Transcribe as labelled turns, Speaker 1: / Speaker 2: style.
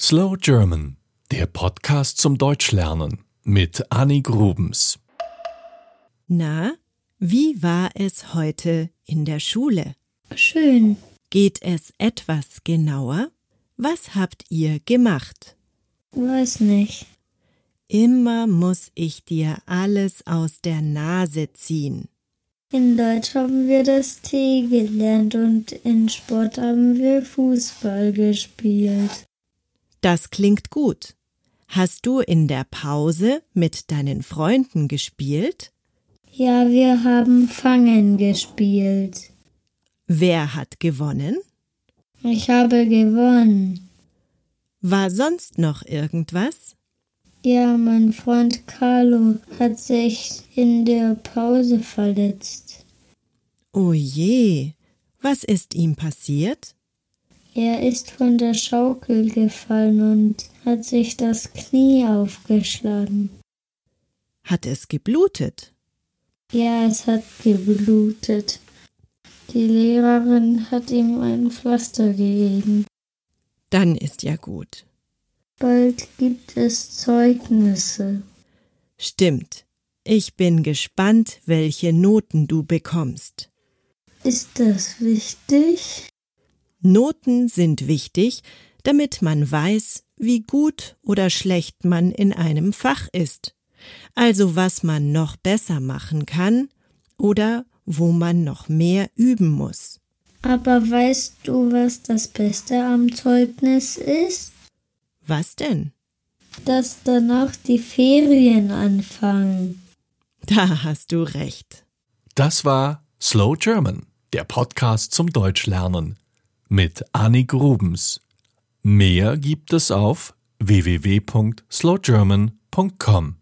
Speaker 1: Slow German, der Podcast zum Deutschlernen mit Anni Grubens.
Speaker 2: Na, wie war es heute in der Schule?
Speaker 3: Schön.
Speaker 2: Geht es etwas genauer? Was habt ihr gemacht?
Speaker 3: Weiß nicht.
Speaker 2: Immer muss ich dir alles aus der Nase ziehen.
Speaker 3: In Deutsch haben wir das T gelernt und in Sport haben wir Fußball gespielt.
Speaker 2: Das klingt gut. Hast du in der Pause mit deinen Freunden gespielt?
Speaker 3: Ja, wir haben Fangen gespielt.
Speaker 2: Wer hat gewonnen?
Speaker 3: Ich habe gewonnen.
Speaker 2: War sonst noch irgendwas?
Speaker 3: Ja, mein Freund Carlo hat sich in der Pause verletzt.
Speaker 2: Oh je, was ist ihm passiert?
Speaker 3: Er ist von der Schaukel gefallen und hat sich das Knie aufgeschlagen.
Speaker 2: Hat es geblutet?
Speaker 3: Ja, es hat geblutet. Die Lehrerin hat ihm ein Pflaster gegeben.
Speaker 2: Dann ist ja gut.
Speaker 3: Bald gibt es Zeugnisse.
Speaker 2: Stimmt. Ich bin gespannt, welche Noten du bekommst.
Speaker 3: Ist das wichtig?
Speaker 2: Noten sind wichtig, damit man weiß, wie gut oder schlecht man in einem Fach ist. Also was man noch besser machen kann oder wo man noch mehr üben muss.
Speaker 3: Aber weißt du, was das Beste am Zeugnis ist?
Speaker 2: Was denn?
Speaker 3: Dass danach die Ferien anfangen.
Speaker 2: Da hast du recht.
Speaker 1: Das war Slow German, der Podcast zum Deutschlernen mit Anni Grubens. Mehr gibt es auf www.slowgerman.com.